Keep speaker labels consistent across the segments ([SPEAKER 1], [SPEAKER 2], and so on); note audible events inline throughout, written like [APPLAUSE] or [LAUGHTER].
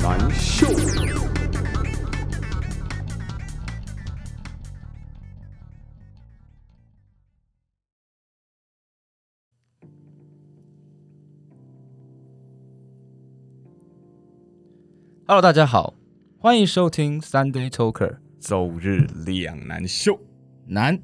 [SPEAKER 1] 难秀。
[SPEAKER 2] Hello，大家好，欢迎收听 Sunday Talker。
[SPEAKER 1] 周日两难秀，
[SPEAKER 2] 难，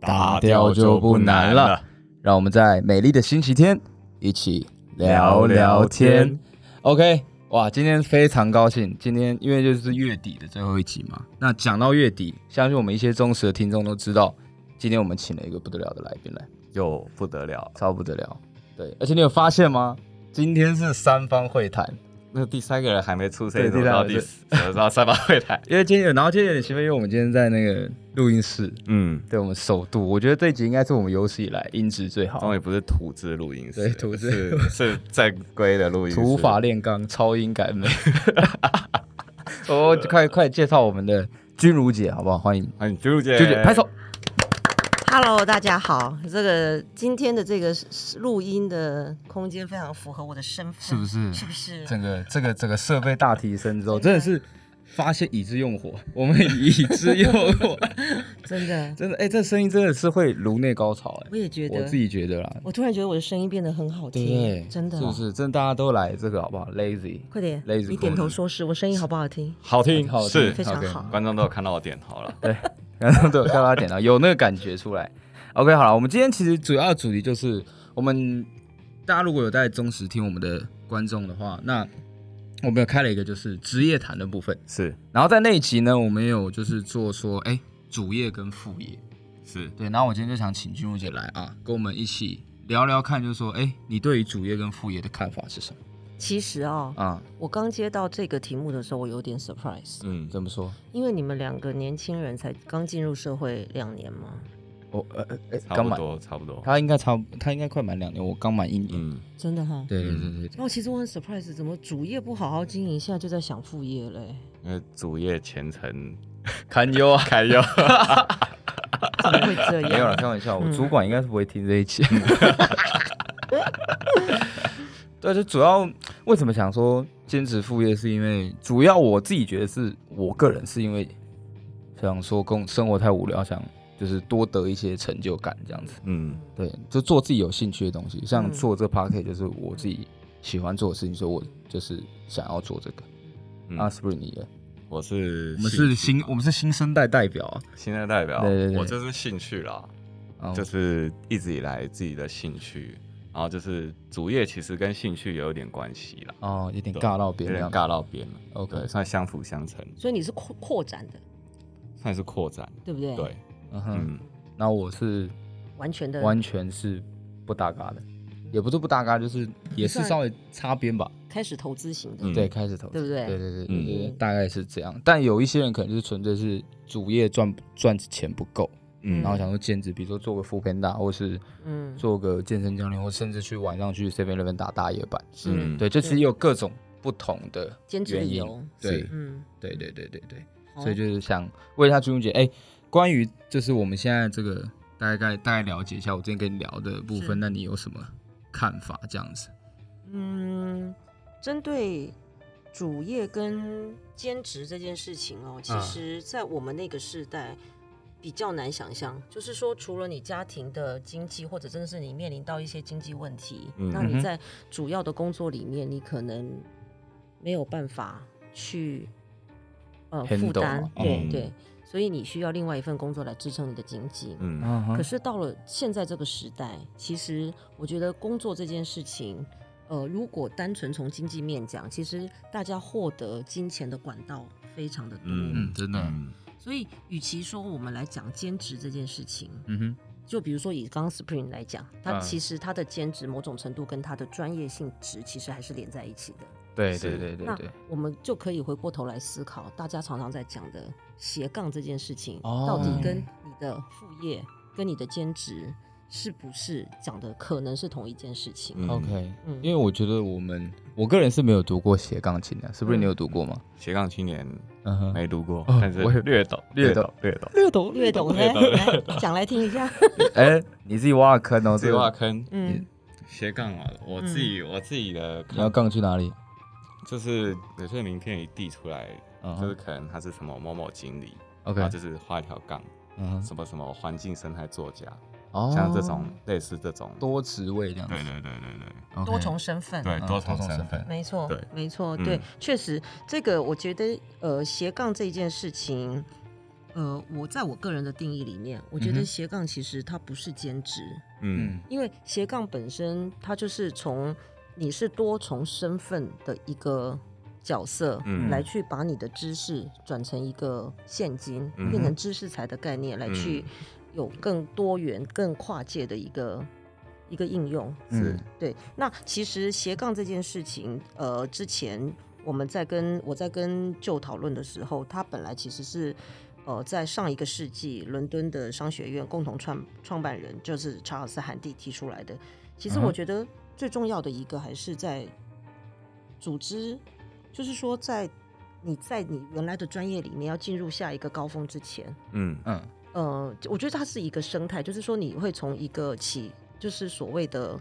[SPEAKER 2] 打掉就不难了。让我们在美丽的星期天一起聊聊天。OK，哇，今天非常高兴，今天因为就是月底的最后一集嘛。那讲到月底，相信我们一些忠实的听众都知道，今天我们请了一个不得了的来宾来，
[SPEAKER 1] 又不得了，
[SPEAKER 2] 超不得了。对，而且你有发现吗？今天是三方会谈，
[SPEAKER 1] 那第三个人还没出
[SPEAKER 2] 对
[SPEAKER 1] 声，怎么
[SPEAKER 2] 第三
[SPEAKER 1] 到
[SPEAKER 2] 个
[SPEAKER 1] 第
[SPEAKER 2] 人
[SPEAKER 1] 四，怎么到三八会
[SPEAKER 2] [LAUGHS]
[SPEAKER 1] 谈？
[SPEAKER 2] 因为今天有，然后今天有点兴奋，因为我们今天在那个录音室，
[SPEAKER 1] 嗯，
[SPEAKER 2] 对我们首度，我觉得这一集应该是我们有史以来音质最好，
[SPEAKER 1] 终于不是土制录音室，
[SPEAKER 2] 对土制
[SPEAKER 1] 是是 [LAUGHS] 正规的录音室，
[SPEAKER 2] 土法炼钢，超音感美。 [LAUGHS] 我快快介绍我们的君如姐好不好？欢迎
[SPEAKER 1] 欢迎君如姐，
[SPEAKER 2] 君姐，拍手。
[SPEAKER 3] Hello，大家好。这个今天的这个录音的空间非常符合我的身份，
[SPEAKER 2] 是不是
[SPEAKER 3] 是
[SPEAKER 2] [LAUGHS]
[SPEAKER 3] 不是？
[SPEAKER 2] 整个这个整个设备大提升之后，真的是发现已知用火， [LAUGHS] 我们已知用火， [LAUGHS]
[SPEAKER 3] 真的，
[SPEAKER 2] 真的哎、这声音真的是会颅内高潮哎、
[SPEAKER 3] 我也觉得。
[SPEAKER 2] 我自己觉得啦，
[SPEAKER 3] 我突然觉得我的声音变得很好
[SPEAKER 2] 对
[SPEAKER 3] 听，，真的。
[SPEAKER 2] 是不是？真的大家都来这个好不好？Lazy，
[SPEAKER 3] 快点
[SPEAKER 2] Lazy，
[SPEAKER 3] 你点头说是，我声音好不好听？
[SPEAKER 1] 好听
[SPEAKER 2] 好，
[SPEAKER 1] 是
[SPEAKER 3] 非常
[SPEAKER 2] ，OK
[SPEAKER 3] 好
[SPEAKER 1] 观众都有看到我点头了。
[SPEAKER 2] 对，然后都有看到他点到，有那个感觉出来。OK，好了，我们今天其实主要的主题就是我们大家如果有在忠实听我们的观众的话，那我们有开了一个就是职业谈的部分，
[SPEAKER 1] 是
[SPEAKER 2] 然后在那一集呢，我们也有就是做说，哎，主业跟副业，
[SPEAKER 1] 是，
[SPEAKER 2] 对，然后我今天就想请君如姐来啊，跟我们一起聊聊看，就是说，哎，你对于主业跟副业的看法是什么
[SPEAKER 3] 其实哦，
[SPEAKER 2] 啊？
[SPEAKER 3] 我刚接到这个题目的时候，我有点 surprise，
[SPEAKER 1] 嗯，
[SPEAKER 2] 怎么说？
[SPEAKER 3] 因为你们两个年轻人才刚进入社会两年嘛，
[SPEAKER 2] 我呃呃呃，
[SPEAKER 1] 差
[SPEAKER 2] 刚
[SPEAKER 1] 不
[SPEAKER 2] 满，
[SPEAKER 1] 多，差不多。
[SPEAKER 2] 他应该差不，他应该快满两年，我刚满一年。
[SPEAKER 1] 嗯，
[SPEAKER 3] 真的哈。
[SPEAKER 2] 对对对对对。
[SPEAKER 3] 那我其实我很 surprise，怎么主业不好好经营，现在就在想副
[SPEAKER 2] [LAUGHS]
[SPEAKER 3] 业嘞？
[SPEAKER 1] 因为主业前程
[SPEAKER 2] 堪忧啊，
[SPEAKER 1] 堪忧。
[SPEAKER 3] 怎么会这样？
[SPEAKER 2] 没有了，开玩笑，我
[SPEAKER 3] 嗯
[SPEAKER 2] 主管应该是不会听这一期。 [LAUGHS] 对，就主要为什么想说兼职副业，是因为主要我自己觉得是我个人是因为想说工生活太无聊，想就是多得一些成就感这样子。
[SPEAKER 1] 嗯，
[SPEAKER 2] 对，就做自己有兴趣的东西，像
[SPEAKER 3] 嗯
[SPEAKER 2] 做这 p a r k e t 就是我自己喜欢做的事情，所以我就是想要做这个。啊
[SPEAKER 1] 嗯
[SPEAKER 2] 阿 Spring 你的，
[SPEAKER 1] 我是
[SPEAKER 2] 我们
[SPEAKER 1] 兴
[SPEAKER 2] 是新
[SPEAKER 1] 趣
[SPEAKER 2] 我们是新生代代表啊，
[SPEAKER 1] 新的代表，
[SPEAKER 2] 对对对
[SPEAKER 1] 我这是兴趣啦，
[SPEAKER 2] 啊
[SPEAKER 1] 就是一直以来自己的兴趣，然后就是主业其实跟兴趣也有点关系啦，
[SPEAKER 2] 哦，有点尬到别
[SPEAKER 1] 有
[SPEAKER 2] 人
[SPEAKER 1] 点
[SPEAKER 2] 啊
[SPEAKER 1] 尬到边了，
[SPEAKER 2] OK
[SPEAKER 1] 对，算相辅相成，
[SPEAKER 3] 所以你是扩扩展的，
[SPEAKER 1] 算是扩展，
[SPEAKER 3] 对不对？，
[SPEAKER 1] 对，
[SPEAKER 2] 嗯哼，
[SPEAKER 1] 嗯，
[SPEAKER 2] 那我是
[SPEAKER 3] 完全的
[SPEAKER 2] 完全是不搭嘎的，也不是不搭嘎，就是也是稍微擦边吧。
[SPEAKER 3] 开始投资型的。
[SPEAKER 1] 嗯
[SPEAKER 2] 对，开始投资，
[SPEAKER 3] 对不对
[SPEAKER 2] 对对对
[SPEAKER 1] 嗯
[SPEAKER 2] 对对对大概是这样。但有一些人可能就是纯粹是主业赚赚钱不够，
[SPEAKER 1] 嗯
[SPEAKER 2] 然后想说兼职，比如说做个副片大，或是
[SPEAKER 3] 嗯，
[SPEAKER 2] 做个健身教练，或甚至去晚上去 Seven Eleven 打大夜班。
[SPEAKER 3] 是、
[SPEAKER 1] 嗯
[SPEAKER 2] 对，就其实有各种不同的
[SPEAKER 3] 兼职
[SPEAKER 2] 原
[SPEAKER 3] 理
[SPEAKER 2] 因
[SPEAKER 3] 由。
[SPEAKER 2] 对
[SPEAKER 1] 是
[SPEAKER 3] 嗯，
[SPEAKER 2] 对对对对对。
[SPEAKER 3] 好
[SPEAKER 2] 所以就是想问一下君如姐，哎、关于就是我们现在这个大概大概了解一下我之前跟你聊的部
[SPEAKER 3] 是
[SPEAKER 2] 分，那你有什么看法？这样子，
[SPEAKER 3] 嗯，针对主业跟兼职这件事情哦，
[SPEAKER 2] 嗯
[SPEAKER 3] 其实，在我们那个时代。比较难想象，就是说，除了你家庭的经济，或者真的是你面临到一些经济问题，
[SPEAKER 1] 嗯
[SPEAKER 3] 那
[SPEAKER 2] 嗯哼
[SPEAKER 3] 你在主要的工作里面，你可能没有办法去呃
[SPEAKER 2] Handle
[SPEAKER 3] 负担
[SPEAKER 2] 嘛，
[SPEAKER 3] 对、
[SPEAKER 1] 嗯
[SPEAKER 3] 对，所以你需要另外一份工作来支撑你的经济。
[SPEAKER 1] 嗯
[SPEAKER 2] 嗯
[SPEAKER 3] 可是到了现在这个时代，其实我觉得工作这件事情，呃，如果单纯从经济面讲，其实大家获得金钱的管道非常的多，
[SPEAKER 2] 嗯真的
[SPEAKER 1] 嗯
[SPEAKER 3] 所以与其说我们来讲兼职这件事情，
[SPEAKER 2] 嗯哼，
[SPEAKER 3] 就比如说以刚刚 Spring 来讲，他
[SPEAKER 2] 嗯
[SPEAKER 3] 其实他的兼职某种程度跟他的专业性质其实还是连在一起的。
[SPEAKER 2] 对
[SPEAKER 1] 是
[SPEAKER 2] 对对对
[SPEAKER 3] 那
[SPEAKER 2] 对，
[SPEAKER 3] 我们就可以回过头来思考，大家常常在讲的斜杠这件事情，
[SPEAKER 2] 哦
[SPEAKER 3] 到底跟你的副业、跟你的兼职是不是讲的可能是同一件事情？
[SPEAKER 1] 嗯
[SPEAKER 2] OK，
[SPEAKER 3] 嗯
[SPEAKER 2] 因为我觉得我们我个人是没有读过斜杠琴的，是不是
[SPEAKER 3] 嗯
[SPEAKER 2] 你有读过吗？
[SPEAKER 1] 斜杠青年
[SPEAKER 2] 嗯哼，
[SPEAKER 1] 没读过，
[SPEAKER 2] 哦
[SPEAKER 1] 但是
[SPEAKER 2] 我也
[SPEAKER 1] 略懂，
[SPEAKER 2] 略懂
[SPEAKER 1] 懂，略懂，
[SPEAKER 2] 略懂
[SPEAKER 3] 略懂呢？来讲来听一下。
[SPEAKER 2] [LAUGHS] 哎，你自己挖个坑哦，
[SPEAKER 1] 自己
[SPEAKER 2] 这个
[SPEAKER 1] 挖坑，
[SPEAKER 3] 嗯，
[SPEAKER 1] 斜杠啊，我自己我自己的
[SPEAKER 2] 嗯你要
[SPEAKER 1] 看
[SPEAKER 2] 杠去哪里？
[SPEAKER 1] 就是有些名片一递出来，
[SPEAKER 2] 嗯
[SPEAKER 1] 就是
[SPEAKER 2] 哼
[SPEAKER 1] 可能他是什么某某经理，然后
[SPEAKER 2] ，OK，
[SPEAKER 1] 就是画一条杠，
[SPEAKER 2] 嗯哼，
[SPEAKER 1] 什么什么环境生态作家，
[SPEAKER 2] 哦
[SPEAKER 1] 像这种类似这种，
[SPEAKER 2] 多职位这样子
[SPEAKER 1] 对对对对
[SPEAKER 2] ，OK，
[SPEAKER 3] 多重身份，啊
[SPEAKER 1] 对
[SPEAKER 2] 嗯
[SPEAKER 1] 对，
[SPEAKER 2] 多
[SPEAKER 1] 多
[SPEAKER 2] 重
[SPEAKER 1] 重
[SPEAKER 2] 身
[SPEAKER 1] 身
[SPEAKER 2] 份
[SPEAKER 1] 份，
[SPEAKER 3] 没错，
[SPEAKER 1] 对
[SPEAKER 3] 没错，
[SPEAKER 1] 嗯
[SPEAKER 3] 对，确实，这个我觉得，呃，斜杠这件事情，呃，我在我个人的定义里面，我觉
[SPEAKER 2] 嗯
[SPEAKER 3] 得
[SPEAKER 2] 哼
[SPEAKER 3] 斜杠其实它不是兼职，
[SPEAKER 1] 嗯
[SPEAKER 2] 嗯，
[SPEAKER 3] 因为斜杠本身它就是从你是多重身份的一个角色，
[SPEAKER 1] 嗯
[SPEAKER 3] 来去把你的知识转成一个现金，
[SPEAKER 1] 嗯哼嗯
[SPEAKER 3] 变成知识财的概念，来去有更多元、更跨界的一个一个应用。
[SPEAKER 1] 是
[SPEAKER 2] 嗯
[SPEAKER 3] 对，那其实斜杠这件事情，呃，之前我们在跟我在跟舅讨论的时候，他本来其实是。呃，在上一个世纪，伦敦的商学院共同创创办人就是查尔斯·汉蒂提出来的。其实
[SPEAKER 2] 嗯
[SPEAKER 3] 我
[SPEAKER 2] 哼
[SPEAKER 3] 觉得最重要的一个还是在组织，就是说在你在你原来的专业里面要进入下一个高峰之前，
[SPEAKER 1] 嗯
[SPEAKER 2] 嗯
[SPEAKER 3] 呃，我觉得它是一个生态，就是说你会从一个起，就是所谓的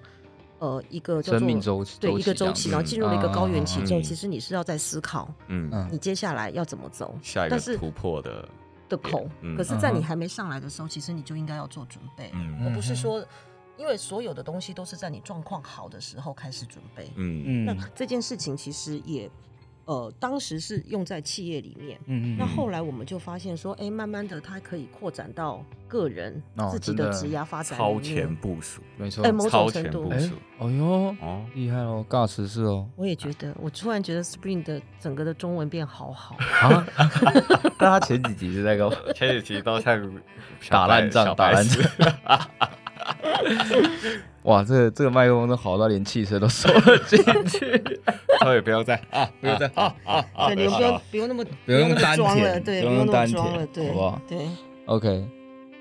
[SPEAKER 3] 呃一个叫做
[SPEAKER 2] 生命周期
[SPEAKER 3] 对一个
[SPEAKER 2] 这
[SPEAKER 3] 周
[SPEAKER 2] 样子
[SPEAKER 3] 期，然后进入了一个高原期之后，
[SPEAKER 1] 嗯
[SPEAKER 3] 其实你是要在思考
[SPEAKER 1] 嗯，
[SPEAKER 2] 嗯
[SPEAKER 3] 你接下来要怎么走
[SPEAKER 1] 下一个
[SPEAKER 3] 但是
[SPEAKER 1] 突破的，
[SPEAKER 3] 的口。
[SPEAKER 1] 嗯
[SPEAKER 3] 可是，在
[SPEAKER 2] 嗯
[SPEAKER 3] 你
[SPEAKER 2] 哼
[SPEAKER 3] 还没上来的时候，其实你就应该要做准备。
[SPEAKER 1] 嗯
[SPEAKER 3] 不是说，因为所有的东西都是在你状况好的时候开始准备。
[SPEAKER 1] 嗯
[SPEAKER 2] 嗯
[SPEAKER 3] 那这件事情其实也，呃，当时是用在企业里面。
[SPEAKER 2] 嗯
[SPEAKER 3] 那后来我们就发现说，哎，慢慢的它可以扩展到个人、
[SPEAKER 2] 哦
[SPEAKER 3] 自己
[SPEAKER 2] 真
[SPEAKER 3] 的
[SPEAKER 2] 的
[SPEAKER 3] 职涯发展里
[SPEAKER 1] 超
[SPEAKER 3] 面
[SPEAKER 1] 前部署，
[SPEAKER 2] 没错
[SPEAKER 3] 哎，某种
[SPEAKER 1] 超
[SPEAKER 3] 程
[SPEAKER 1] 前
[SPEAKER 3] 度
[SPEAKER 1] 部
[SPEAKER 2] 哎
[SPEAKER 1] 署
[SPEAKER 2] 哦哟，
[SPEAKER 1] 哦，
[SPEAKER 2] 厉害哦，尬词是哦，
[SPEAKER 3] 我也觉得，我突然觉得 Spring 的整个的中文变好好。
[SPEAKER 2] 啊， [LAUGHS] 那他前几集是在跟我
[SPEAKER 1] 前几期都像
[SPEAKER 2] 打烂仗，打
[SPEAKER 1] [LAUGHS]
[SPEAKER 2] 烂仗。 [LAUGHS] 哇，这个这个麦克风都好到连汽车都收了进去，
[SPEAKER 1] 所以不要再啊，不要再啊啊啊！
[SPEAKER 3] 对，你们不用不用那么不
[SPEAKER 2] 用
[SPEAKER 3] 那
[SPEAKER 2] 丹
[SPEAKER 3] 么装
[SPEAKER 2] 田
[SPEAKER 3] 了，对，
[SPEAKER 2] 不
[SPEAKER 3] 不
[SPEAKER 2] 用
[SPEAKER 3] 用那么
[SPEAKER 2] 丹
[SPEAKER 3] 装
[SPEAKER 2] 田
[SPEAKER 3] 了，对，
[SPEAKER 2] 好不好
[SPEAKER 3] 对，
[SPEAKER 2] OK，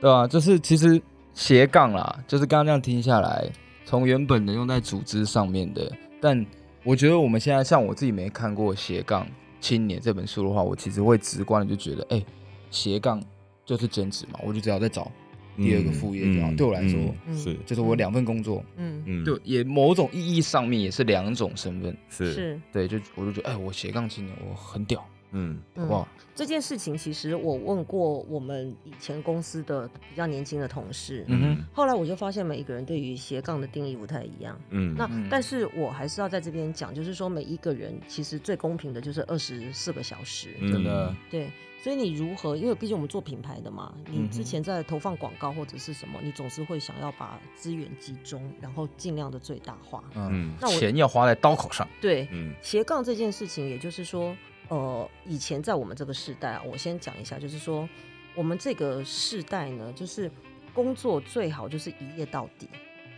[SPEAKER 2] 对啊，就是其实斜杠啦，就是刚刚这样听下来，从原本的用在组织上面的，但我觉得我们现在像我自己没看过《斜杠青年》这本书的话，我其实会直观的就觉得，哎、斜杠就是兼职嘛，我就只要在找 [LAUGHS] 第二个副业就好。对我来说，
[SPEAKER 3] 嗯
[SPEAKER 1] 是
[SPEAKER 2] 就是我两份工作，
[SPEAKER 3] 嗯，
[SPEAKER 1] 嗯，
[SPEAKER 2] 对，也某种意义上面也是两种身份。
[SPEAKER 1] 是
[SPEAKER 3] 是，
[SPEAKER 2] 对，就我就觉得，哎、我斜杠青年，我很屌，
[SPEAKER 1] 嗯
[SPEAKER 2] 好不好？
[SPEAKER 3] 这件事情其实我问过我们以前公司的比较年轻的同事，
[SPEAKER 2] 嗯哼
[SPEAKER 1] 嗯
[SPEAKER 3] 后来我就发现每一个人对于斜杠的定义不太一样。
[SPEAKER 1] 嗯，
[SPEAKER 3] 那、
[SPEAKER 2] 嗯
[SPEAKER 3] 但是我还是要在这边讲，就是说每一个人其实最公平的就是二十四个小时，
[SPEAKER 1] 嗯
[SPEAKER 2] 真的，
[SPEAKER 3] 对，所以你如何？因为毕竟我们做品牌的嘛，你
[SPEAKER 2] 嗯哼
[SPEAKER 3] 之前在投放广告或者是什么，你总是会想要把资源集中，然后尽量的最大化。
[SPEAKER 2] 嗯，
[SPEAKER 1] 嗯
[SPEAKER 3] 那我
[SPEAKER 2] 钱要花在刀口上。
[SPEAKER 3] 对，
[SPEAKER 1] 嗯
[SPEAKER 3] 斜杠这件事情，也就是说，呃，以前在我们这个时代啊，我先讲一下，就是说我们这个世代呢，就是工作最好就是一夜到底，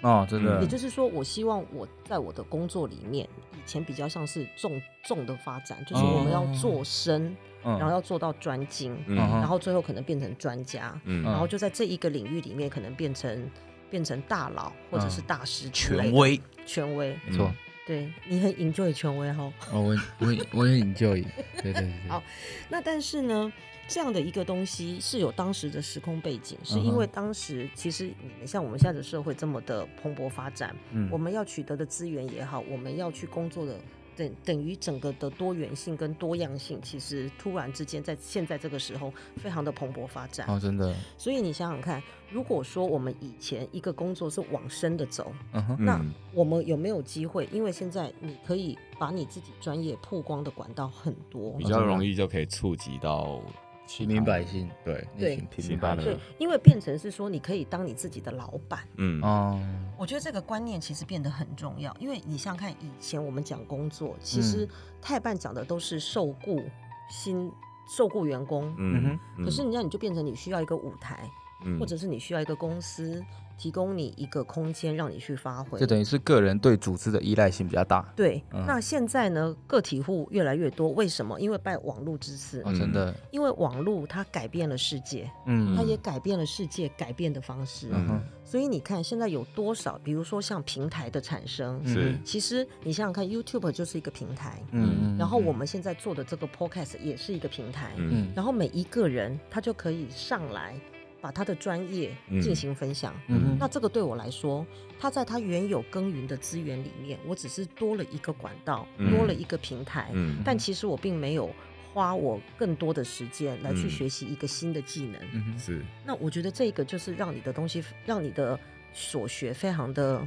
[SPEAKER 2] 哦，真的，
[SPEAKER 1] 嗯
[SPEAKER 3] 也就是说，我希望我在我的工作里面，以前比较像是重重的发展，就是我们要
[SPEAKER 2] 哦
[SPEAKER 3] 做深，
[SPEAKER 2] 嗯
[SPEAKER 3] 然后要做到专精，
[SPEAKER 2] 嗯啊
[SPEAKER 1] 嗯
[SPEAKER 3] 然后最后可能变成专家，
[SPEAKER 1] 嗯，
[SPEAKER 3] 然后就在这一个领域里面可能变成变成大佬或者是大师之类的、
[SPEAKER 2] 嗯权威，
[SPEAKER 1] 嗯
[SPEAKER 3] 权威。
[SPEAKER 2] 没错。
[SPEAKER 3] 对你很 enjoy 权威哈、
[SPEAKER 2] 哦，我我也我也 enjoy，对对对，
[SPEAKER 3] [LAUGHS] 好那但是呢，这样的一个东西是有当时的时空背景，是
[SPEAKER 2] 嗯
[SPEAKER 3] 因为当时其实你们像我们现在的社会这么的蓬勃发展，
[SPEAKER 2] 嗯
[SPEAKER 3] 我们要取得的资源也好，我们要去工作的。等等于整个的多元性跟多样性，其实突然之间在现在这个时候非常的蓬勃发展。
[SPEAKER 2] 哦，真的，
[SPEAKER 3] 所以你想想看，如果说我们以前一个工作是往深的走，
[SPEAKER 2] 嗯哼，
[SPEAKER 3] 那我们有没有机会？因为现在你可以把你自己专业曝光的管道很多
[SPEAKER 1] 比，较容易就可以触及到
[SPEAKER 2] 平民百姓，
[SPEAKER 1] 对，
[SPEAKER 3] 对
[SPEAKER 2] 那群平
[SPEAKER 1] 其
[SPEAKER 2] 民
[SPEAKER 1] 他
[SPEAKER 2] 百
[SPEAKER 1] 的
[SPEAKER 2] 姓，
[SPEAKER 3] 对，因为变成是说你可以当你自己的老板。
[SPEAKER 1] 嗯
[SPEAKER 2] 哦，
[SPEAKER 3] 我觉得这个观念其实变得很重要，因为你想想看，以前我们讲工作，其实
[SPEAKER 2] 嗯
[SPEAKER 3] 太办讲的都是受雇新受雇员工，
[SPEAKER 1] 嗯，
[SPEAKER 3] 可是你那你就变成你需要一个舞台，
[SPEAKER 2] 嗯
[SPEAKER 3] 或者是你需要一个公司提供你一个空间让你去发挥，
[SPEAKER 2] 就等于是个人对组织的依赖性比较大，
[SPEAKER 3] 对，
[SPEAKER 2] 嗯
[SPEAKER 3] 那现在呢，个体户越来越多，为什么？因为拜网络之赐，
[SPEAKER 2] 哦，真的，
[SPEAKER 3] 因为网络它改变了世界，它
[SPEAKER 2] 嗯
[SPEAKER 3] 也改变了世界改变的方式。
[SPEAKER 2] 嗯哼，
[SPEAKER 3] 所以你看，现在有多少，比如说像平台的产生，
[SPEAKER 2] 嗯
[SPEAKER 1] 是
[SPEAKER 3] 其实你想想看，YouTube 就是一个平台，
[SPEAKER 2] 嗯，
[SPEAKER 3] 然后我们现在做的这个 Podcast 也是一个平台，
[SPEAKER 1] 嗯
[SPEAKER 2] 嗯，
[SPEAKER 3] 然后每一个人他就可以上来。把他的专业
[SPEAKER 1] 嗯
[SPEAKER 3] 进行分享。
[SPEAKER 2] 嗯
[SPEAKER 3] 那这个对我来说，他在他原有耕耘的资源里面，我只是多了一个管道，
[SPEAKER 1] 嗯
[SPEAKER 3] 多了一个平台，
[SPEAKER 1] 嗯
[SPEAKER 3] 但其实我并没有花我更多的时间来去
[SPEAKER 1] 嗯
[SPEAKER 3] 学习一个新的技能。
[SPEAKER 2] 嗯哼
[SPEAKER 1] 是
[SPEAKER 3] 那我觉得这个就是让你的东西，让你的所学非常的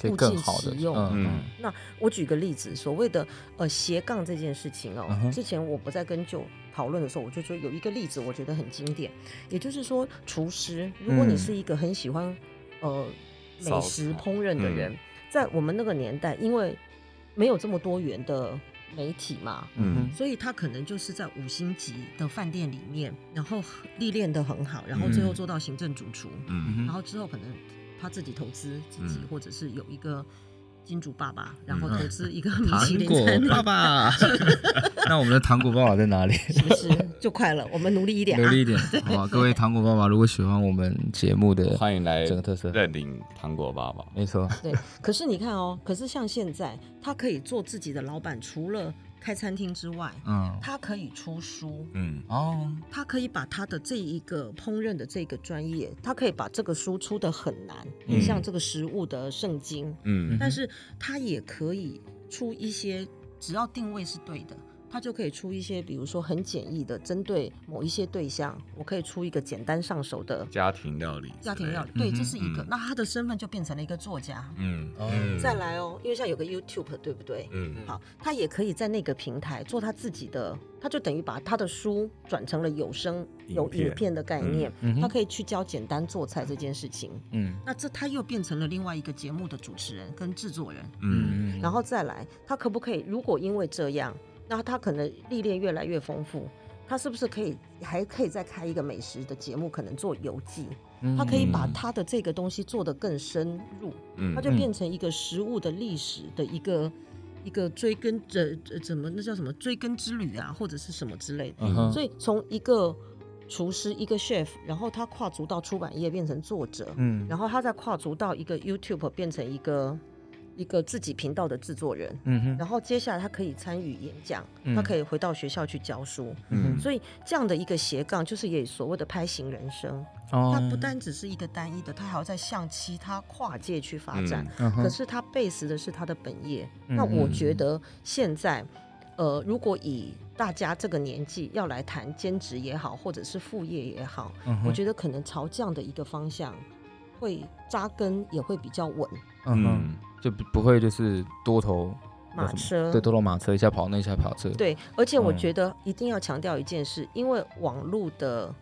[SPEAKER 2] 可以
[SPEAKER 3] 物
[SPEAKER 2] 更
[SPEAKER 3] 尽
[SPEAKER 2] 好的
[SPEAKER 3] 其用。
[SPEAKER 1] 嗯
[SPEAKER 3] 那我举个例子，所谓的呃斜杠这件事情哦
[SPEAKER 2] 嗯哼
[SPEAKER 3] 之前我不在跟舅讨论的时候，我就说有一个例子我觉得很经典，也就是说厨师，如果你
[SPEAKER 2] 嗯
[SPEAKER 3] 是一个很喜欢、呃
[SPEAKER 1] 烧
[SPEAKER 3] 美食
[SPEAKER 1] 烤
[SPEAKER 3] 烹饪的人，
[SPEAKER 1] 嗯
[SPEAKER 3] 在我们那个年代，因为没有这么多元的媒体嘛，
[SPEAKER 2] 嗯
[SPEAKER 1] 嗯
[SPEAKER 3] 所以他可能就是在五星级的饭店里面，然后历练的很好，然后最后
[SPEAKER 2] 嗯
[SPEAKER 3] 做到行政主厨，
[SPEAKER 1] 嗯
[SPEAKER 3] 然后之后可能他自己投资自己，
[SPEAKER 1] 嗯
[SPEAKER 3] 或者是有一个金主爸爸，然后
[SPEAKER 2] 嗯
[SPEAKER 3] 投
[SPEAKER 2] [LAUGHS]
[SPEAKER 3] 资一个 [LAUGHS] 米其
[SPEAKER 2] 糖
[SPEAKER 3] 林
[SPEAKER 2] 果
[SPEAKER 3] 餐
[SPEAKER 2] 爸
[SPEAKER 3] 厅，
[SPEAKER 2] 爸， [LAUGHS] 那我们的糖果爸爸在哪里？
[SPEAKER 3] 是
[SPEAKER 2] [LAUGHS]
[SPEAKER 3] 不是就快了？我们努力一点
[SPEAKER 2] 努
[SPEAKER 3] 啊！ [LAUGHS]
[SPEAKER 2] 力一点，好吧，各位糖果爸爸，如果喜欢我们节目的，
[SPEAKER 1] 欢迎来
[SPEAKER 2] 整个特色
[SPEAKER 1] 认领糖果爸爸。
[SPEAKER 2] 没错，
[SPEAKER 3] 对，可是你看哦，可是像现在，他可以做自己的老板，除了开餐厅之外，
[SPEAKER 2] 嗯，
[SPEAKER 3] 他可以出书，
[SPEAKER 1] 嗯
[SPEAKER 2] 哦，
[SPEAKER 3] 他可以把他的这一个烹饪的这个专业，他可以把这个书出的很难，
[SPEAKER 1] 嗯
[SPEAKER 3] 像这个食物的圣经，
[SPEAKER 1] 嗯
[SPEAKER 2] 嗯
[SPEAKER 3] 但是他也可以出一些，只要定位是对的，他就可以出一些，比如说很简易的，针对某一些对象，我可以出一个简单上手的
[SPEAKER 1] 家庭料理，
[SPEAKER 3] 家庭料理。对，
[SPEAKER 2] 嗯哼
[SPEAKER 3] 这是一个。
[SPEAKER 1] 嗯
[SPEAKER 3] 那他的身份就变成了一个作家。
[SPEAKER 1] 嗯
[SPEAKER 2] 哦
[SPEAKER 1] 嗯
[SPEAKER 3] 再来哦，因为现在有个 YouTube，对不对？
[SPEAKER 1] 嗯
[SPEAKER 3] 好，他也可以在那个平台做他自己的，他就等于把他的书转成了有声
[SPEAKER 1] 影
[SPEAKER 3] 有
[SPEAKER 1] 片
[SPEAKER 3] 影片的概念，
[SPEAKER 2] 嗯哼
[SPEAKER 3] 他可以去教简单做菜这件事情。
[SPEAKER 2] 嗯
[SPEAKER 3] 那这他又变成了另外一个节目的主持人跟制作人。
[SPEAKER 1] 嗯
[SPEAKER 2] 嗯，
[SPEAKER 3] 然后再来，他可不可以？如果因为这样，那他可能历练越来越丰富，他是不是可以还可以再开一个美食的节目，可能做游记？他可以把
[SPEAKER 2] 嗯
[SPEAKER 3] 他的这个东西做得更深入，
[SPEAKER 1] 嗯，
[SPEAKER 3] 他就变成一个食物的历史的一个一个追根这这怎么那叫什么追根之旅啊，或者是什么之类的。
[SPEAKER 2] 嗯哼
[SPEAKER 3] 所以从一个厨师，一个 chef，然后他跨足到出版业变成作者，
[SPEAKER 2] 嗯
[SPEAKER 3] 然后他再跨足到一个 YouTube 变成一个一个自己频道的制作人，
[SPEAKER 2] 嗯哼
[SPEAKER 3] 然后接下来他可以参与演讲，
[SPEAKER 2] 嗯
[SPEAKER 3] 他可以回到学校去教书，
[SPEAKER 1] 嗯
[SPEAKER 3] 所以这样的一个斜杠就是也所谓的拍型人生，
[SPEAKER 2] 哦
[SPEAKER 3] 它不单只是一个单一的，它还要在向其他跨界去发展。
[SPEAKER 2] 嗯哼
[SPEAKER 3] 可是它 base 的是它的本业，
[SPEAKER 2] 嗯
[SPEAKER 3] 那我
[SPEAKER 2] 嗯
[SPEAKER 3] 觉得现在。呃，如果以大家这个年纪要来谈兼职也好，或者是副业也好，
[SPEAKER 2] 嗯哼
[SPEAKER 3] 我觉得可能朝这样的一个方向会扎根，也会比较稳。
[SPEAKER 2] 嗯哼，就不不会就是多头
[SPEAKER 3] 马车
[SPEAKER 2] 对，多头马车一下跑那一下跑这，
[SPEAKER 3] 嗯对，而且我
[SPEAKER 2] 嗯
[SPEAKER 3] 觉得一定要强调一件事，因为网络的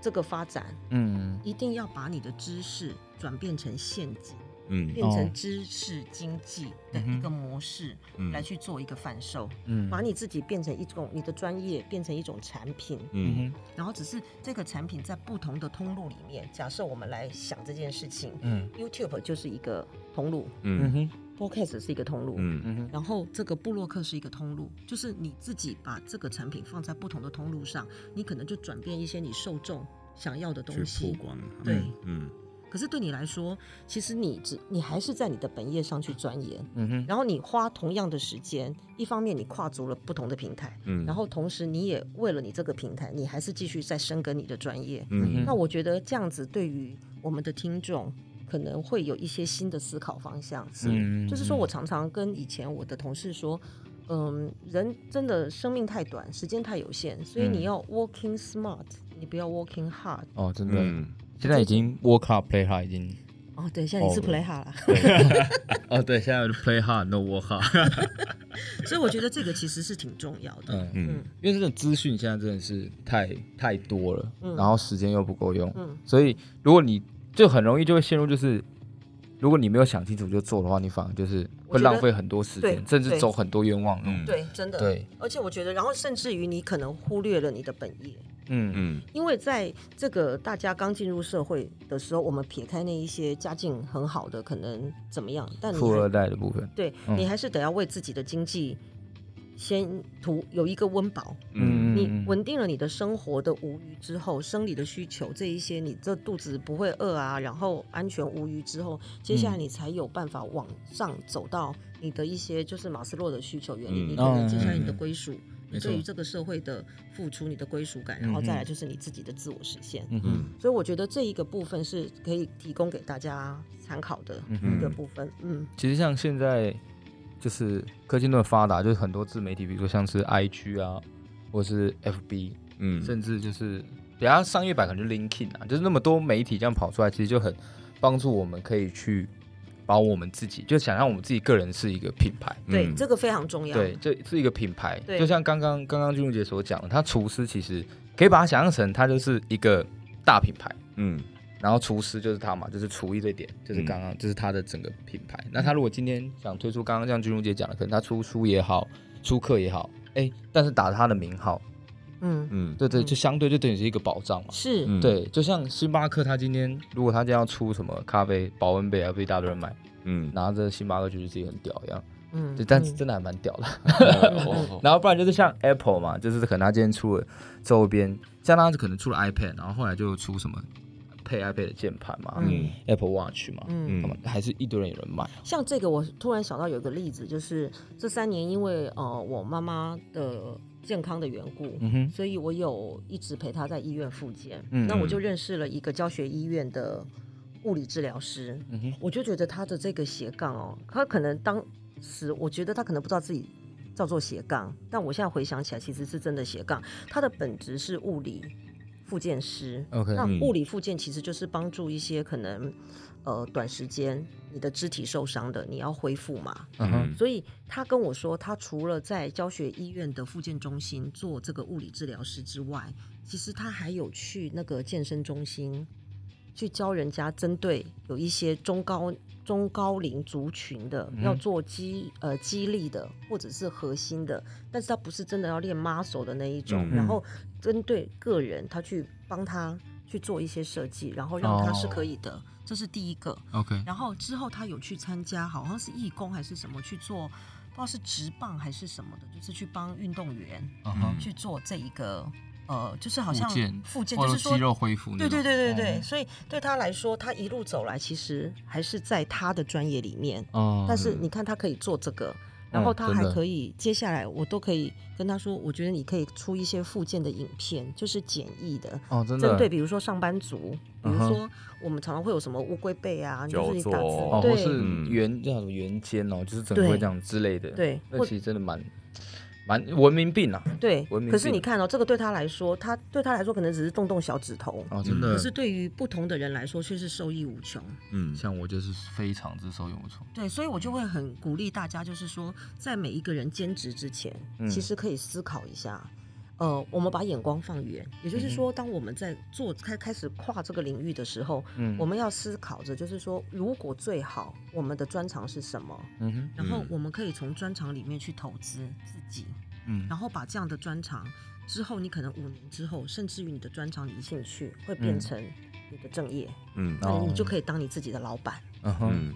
[SPEAKER 3] 这个发展，
[SPEAKER 2] 嗯
[SPEAKER 3] 一定要把你的知识转变成现金，
[SPEAKER 1] 嗯
[SPEAKER 3] 变
[SPEAKER 2] 哦
[SPEAKER 3] 成知识经济的
[SPEAKER 2] 嗯哼
[SPEAKER 3] 一个模式、
[SPEAKER 1] 嗯
[SPEAKER 3] 来去做一个贩售，
[SPEAKER 2] 嗯，
[SPEAKER 3] 把你自己变成一种你的专业，变成一种产品，
[SPEAKER 1] 嗯
[SPEAKER 2] 嗯哼
[SPEAKER 3] 然后只是这个产品在不同的通路里面，假设我们来想这件事情
[SPEAKER 2] 嗯
[SPEAKER 3] ，YouTube 就是一个通路
[SPEAKER 2] 嗯
[SPEAKER 1] 嗯
[SPEAKER 2] 哼
[SPEAKER 3] ，Podcast 是一个通路，
[SPEAKER 1] 嗯
[SPEAKER 2] 嗯哼
[SPEAKER 3] 然后这个布洛克是一个通路，就是你自己把这个产品放在不同的通路上，你可能就转变一些你受众想要的
[SPEAKER 1] 去
[SPEAKER 3] 东
[SPEAKER 1] 曝
[SPEAKER 3] 西。
[SPEAKER 1] 光，
[SPEAKER 3] 对，
[SPEAKER 1] 嗯
[SPEAKER 3] 可是对你来说，其实你只你还是在你的本业上去钻研，
[SPEAKER 2] 嗯哼，
[SPEAKER 3] 然后你花同样的时间，一方面你跨足了不同的平台，
[SPEAKER 1] 嗯，
[SPEAKER 3] 然后同时你也为了你这个平台，你还是继续在深耕你的专业。
[SPEAKER 1] 嗯
[SPEAKER 3] 那我觉得这样子对于我们的听众可能会有一些新的思考方向。是
[SPEAKER 2] 嗯
[SPEAKER 3] 就是说我常常跟以前我的同事说，嗯，人真的生命太短，时间太有限，所以
[SPEAKER 2] 嗯
[SPEAKER 3] 你要 working smart，你不要 working hard。
[SPEAKER 2] 哦，真的，
[SPEAKER 1] 嗯
[SPEAKER 2] 现在已经 work hard play hard 已经，
[SPEAKER 3] 哦，对，现在你是
[SPEAKER 2] 哦
[SPEAKER 3] play hard 了，
[SPEAKER 2] 哦对，现在 play hard no work hard，
[SPEAKER 3] [LAUGHS] 所以我觉得这个其实是挺重要的。
[SPEAKER 2] 嗯，
[SPEAKER 1] 嗯
[SPEAKER 2] 因为这个资讯现在真的是太太多了，
[SPEAKER 3] 嗯
[SPEAKER 2] 然后时间又不够用，
[SPEAKER 3] 嗯
[SPEAKER 2] 所以如果你就很容易就会陷入就是。如果你没有想清楚就做的话，你反而就是
[SPEAKER 3] 我
[SPEAKER 2] 会
[SPEAKER 3] 觉得
[SPEAKER 2] 浪费很多时间，
[SPEAKER 3] 对
[SPEAKER 2] 甚至
[SPEAKER 3] 对
[SPEAKER 2] 走很多冤枉路。
[SPEAKER 1] 嗯
[SPEAKER 3] 对，真的。
[SPEAKER 2] 对，
[SPEAKER 3] 而且我觉得，然后甚至于你可能忽略了你的本业，
[SPEAKER 2] 嗯
[SPEAKER 1] 嗯
[SPEAKER 3] 因为在这个大家刚进入社会的时候，我们撇开那一些家境很好的可能怎么样，但你
[SPEAKER 2] 富
[SPEAKER 3] 还
[SPEAKER 2] 二代的部分，
[SPEAKER 3] 对、
[SPEAKER 2] 嗯
[SPEAKER 3] 你还是得要为自己的经济先图有一个温饱。
[SPEAKER 1] 嗯
[SPEAKER 3] 你稳定了你的生活的无余之后，生理的需求这一些，你这肚子不会饿啊，然后安全无余之后，接
[SPEAKER 2] 嗯
[SPEAKER 3] 下来你才有办法往上走到你的一些就是马斯洛的需求原理，
[SPEAKER 1] 嗯
[SPEAKER 3] 你可能接下来你的归属，
[SPEAKER 2] 哦嗯没
[SPEAKER 3] 你
[SPEAKER 2] 错
[SPEAKER 3] 对于这个社会的付出、你的归属感，
[SPEAKER 2] 嗯
[SPEAKER 3] 然后再来就是你自己的自我实现。
[SPEAKER 2] 嗯哼，
[SPEAKER 1] 嗯
[SPEAKER 3] 所以我觉得这一个部分是可以提供给大家参考的一个部分。嗯，
[SPEAKER 2] 其实像现在就是科技那么发达，就是很多自媒体，比如说像是 IG 啊，或是 FB，
[SPEAKER 1] 嗯，
[SPEAKER 2] 甚至就是等下商业版可能就 LinkedIn 啊，就是那么多媒体这样跑出来，其实就很帮助我们可以去把我们自己，就想让我们自己个人是一个品牌。
[SPEAKER 3] 对，
[SPEAKER 1] 嗯
[SPEAKER 3] 这个非常重要。
[SPEAKER 2] 对，这是一个品牌，
[SPEAKER 3] 对
[SPEAKER 2] 就像刚刚刚刚君如姐所讲的，他厨师其实可以把它想象成它就是一个大品牌，
[SPEAKER 1] 嗯
[SPEAKER 2] 然后厨师就是他嘛，就是厨艺这点，就是刚刚、就是他的整个品牌。那他如果今天想推出刚刚像君如姐讲的，可能他出书也好，出课也好，哎，但是打他的名号，
[SPEAKER 3] 嗯，
[SPEAKER 1] 嗯
[SPEAKER 2] 对对，
[SPEAKER 3] 嗯
[SPEAKER 2] 就相对就等于是一个保障嘛。
[SPEAKER 3] 是，
[SPEAKER 1] 嗯，
[SPEAKER 2] 对，就像星巴克，他今天如果他今天要出什么咖啡保温杯啊，被一大堆人买，
[SPEAKER 1] 嗯，
[SPEAKER 2] 拿着星巴克觉得自己很屌一样，
[SPEAKER 3] 嗯
[SPEAKER 2] 对，但
[SPEAKER 3] 嗯
[SPEAKER 2] 是真的还蛮屌的。 [LAUGHS]
[SPEAKER 1] 哦
[SPEAKER 2] 然后不然就是像 Apple 嘛，就是可能他今天出了周边，像他可能出了 iPad，然后后来就出什么配 iPad 的键盘嘛、
[SPEAKER 1] 嗯
[SPEAKER 2] a p p l e Watch 嘛，
[SPEAKER 3] 嗯，
[SPEAKER 2] 干嘛还是一堆人有人买啊。
[SPEAKER 3] 像这个，我突然想到有一个例子，就是这三年因为呃我妈妈的健康的缘故，
[SPEAKER 2] 嗯哼，
[SPEAKER 3] 所以我有一直陪她在医院复健。
[SPEAKER 2] 嗯
[SPEAKER 3] 那我就认识了一个教学医院的物理治疗师，
[SPEAKER 2] 嗯哼，
[SPEAKER 3] 我就觉得他的这个斜杠哦，他可能当时我觉得他可能不知道自己叫做斜杠，但我现在回想起来，其实是真的斜杠。他的本职是物理复健师。
[SPEAKER 2] OK，
[SPEAKER 3] 那
[SPEAKER 1] 嗯
[SPEAKER 3] 物理复健其实就是帮助一些可能，呃，短时间你的肢体受伤的，你要恢复嘛。
[SPEAKER 2] 嗯哼，
[SPEAKER 3] 所以他跟我说，他除了在教学医院的复健中心做这个物理治疗师之外，其实他还有去那个健身中心去教人家针对有一些中高中高龄族群的
[SPEAKER 2] 嗯
[SPEAKER 3] 要做肌呃肌力的或者是核心的，但是他不是真的要练 muscle 的那一种，
[SPEAKER 1] 嗯
[SPEAKER 3] 然后针对个人他去帮他去做一些设计，然后让他是可以的，这是第一个。
[SPEAKER 2] ，OK，
[SPEAKER 3] 然后之后他有去参加，好像是义工还是什么去做，不知道是职棒还是什么的，就是去帮运动员
[SPEAKER 2] 嗯
[SPEAKER 1] 哼
[SPEAKER 3] 去做这一个呃，就是好像
[SPEAKER 2] 复健
[SPEAKER 3] 复健，就是说。
[SPEAKER 2] 恢复
[SPEAKER 3] 对对对对对，
[SPEAKER 2] 嗯
[SPEAKER 3] 所以对他来说，他一路走来其实还是在他的专业里面。
[SPEAKER 2] 哦嗯
[SPEAKER 3] 但是你看，他可以做这个，然后他
[SPEAKER 2] 真
[SPEAKER 3] 还
[SPEAKER 2] 的
[SPEAKER 3] 可以接下来，我都可以跟他说，我觉得你可以出一些附件的影片，就是简易的，
[SPEAKER 2] 哦，真
[SPEAKER 3] 针
[SPEAKER 2] 的
[SPEAKER 3] 对比如说上班族，比如
[SPEAKER 2] 嗯哼
[SPEAKER 3] 说我们常常会有什么乌龟背啊，你就是你打
[SPEAKER 1] 久坐
[SPEAKER 2] 哦，
[SPEAKER 3] 字，
[SPEAKER 2] 或
[SPEAKER 3] 对
[SPEAKER 2] 是
[SPEAKER 1] 嗯
[SPEAKER 2] 圆叫什么圆肩哦，就是整个会
[SPEAKER 3] 对
[SPEAKER 2] 这样之类的。，
[SPEAKER 3] 对
[SPEAKER 2] 那
[SPEAKER 3] 或
[SPEAKER 2] 其实真的蛮蛮文明病啊。
[SPEAKER 3] 对
[SPEAKER 2] 文明。
[SPEAKER 3] 可是
[SPEAKER 2] 病
[SPEAKER 3] 你看哦，这个对他来说，他对他来说可能只是动动小指头，
[SPEAKER 2] 哦，真的
[SPEAKER 3] 可，是对于不同的人来说却是受益无穷。
[SPEAKER 1] 嗯
[SPEAKER 2] 像我就是非常之受用处。
[SPEAKER 3] 对，所以我就会很鼓励大家，就是说，在每一个人兼职之前，
[SPEAKER 2] 嗯
[SPEAKER 3] 其实可以思考一下。呃，我们把眼光放远，
[SPEAKER 2] 嗯
[SPEAKER 3] 也就是说，当我们在做开开始跨这个领域的时候，
[SPEAKER 2] 嗯
[SPEAKER 3] 我们要思考着，就是说，如果最好我们的专长是什么，
[SPEAKER 2] 嗯哼，
[SPEAKER 3] 然后
[SPEAKER 1] 嗯
[SPEAKER 3] 我们可以从专长里面去投资自己，
[SPEAKER 2] 嗯
[SPEAKER 3] 然后把这样的专长之后，你可能五年之后，甚至于你的专长你的兴趣会变
[SPEAKER 2] 嗯
[SPEAKER 3] 成你的正业，
[SPEAKER 1] 嗯
[SPEAKER 3] 那你就
[SPEAKER 2] 哦
[SPEAKER 3] 可以当你自己的老板。
[SPEAKER 2] 嗯哼，
[SPEAKER 1] 嗯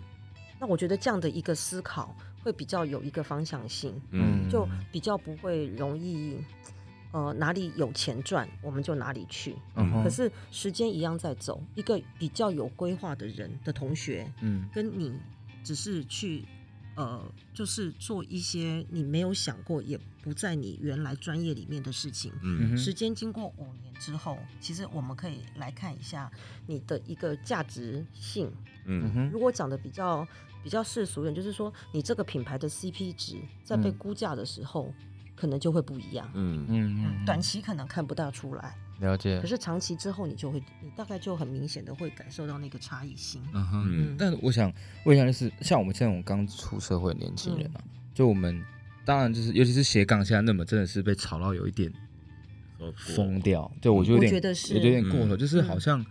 [SPEAKER 3] 那我觉得这样的一个思考会比较有一个方向性，
[SPEAKER 1] 嗯
[SPEAKER 3] 就比较不会容易。呃，哪里有钱赚，我们就哪里去。
[SPEAKER 2] 嗯哼
[SPEAKER 3] 可是时间一样在走，一个比较有规划的人的同学，
[SPEAKER 2] 嗯
[SPEAKER 3] 跟你只是去呃，就是做一些你没有想过，也不在你原来专业里面的事情。
[SPEAKER 2] 嗯
[SPEAKER 1] 嗯
[SPEAKER 2] 哼
[SPEAKER 3] 时间经过五年之后，其实我们可以来看一下你的一个价值性。
[SPEAKER 2] 嗯
[SPEAKER 1] 嗯
[SPEAKER 2] 哼
[SPEAKER 3] 如果讲的比较比较世俗一点，就是说你这个品牌的 CP 值在被
[SPEAKER 2] 嗯
[SPEAKER 3] 估价的时候，可能就会不一样。
[SPEAKER 1] 嗯
[SPEAKER 2] 嗯
[SPEAKER 3] 嗯，短
[SPEAKER 2] 嗯
[SPEAKER 3] 期可能看不大出来，
[SPEAKER 2] 了解
[SPEAKER 3] 可。是长期之后，你就会，你大概就很明显的会感受到那个差异性。
[SPEAKER 2] 嗯哼，
[SPEAKER 1] 嗯
[SPEAKER 2] 但我想问一下，就是像我们这种刚出社会的年轻人啊，就我们当然就是，尤其是斜杠现在那么真的是被炒到有一点疯掉，对嗯我就有
[SPEAKER 3] 我
[SPEAKER 2] 点，
[SPEAKER 3] 觉得是
[SPEAKER 2] 我就有点过头，
[SPEAKER 1] 嗯
[SPEAKER 2] 就是好像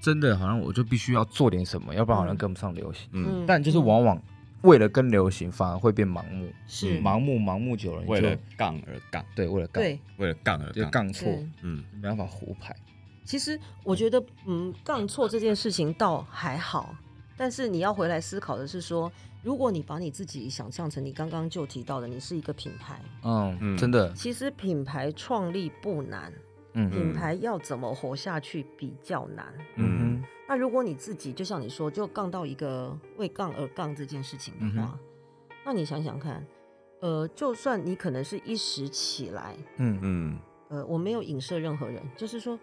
[SPEAKER 2] 真的好像我就必须要做点什么，要不然好像跟不上流行。
[SPEAKER 1] 嗯，
[SPEAKER 2] 但就是往往为了跟流行，反而会变盲目，
[SPEAKER 3] 是
[SPEAKER 2] 盲目盲目久了你就
[SPEAKER 1] 为了杠而杠，
[SPEAKER 2] 嗯对为了杠，
[SPEAKER 3] 对，
[SPEAKER 1] 为了杠而
[SPEAKER 2] 就
[SPEAKER 1] 杠，
[SPEAKER 2] 杠错，
[SPEAKER 3] 对
[SPEAKER 1] 嗯
[SPEAKER 2] 没办法胡牌。
[SPEAKER 3] 其实我觉得，嗯，杠错这件事情倒还好，但是你要回来思考的是说，如果你把你自己想象成你刚刚就提到的，你是一个品牌，
[SPEAKER 2] 嗯，
[SPEAKER 1] 嗯
[SPEAKER 2] 真的，
[SPEAKER 3] 其实品牌创立不难，
[SPEAKER 2] 嗯
[SPEAKER 3] 品牌要怎么活下去比较难。
[SPEAKER 2] 嗯
[SPEAKER 1] 嗯
[SPEAKER 2] 哼
[SPEAKER 3] 那如果你自己就像你说，就杠到一个为杠而杠这件事情的话，那你想想看，呃，就算你可能是一时起来，
[SPEAKER 2] 嗯
[SPEAKER 1] 嗯，
[SPEAKER 3] 呃，我没有影射任何人，就是说，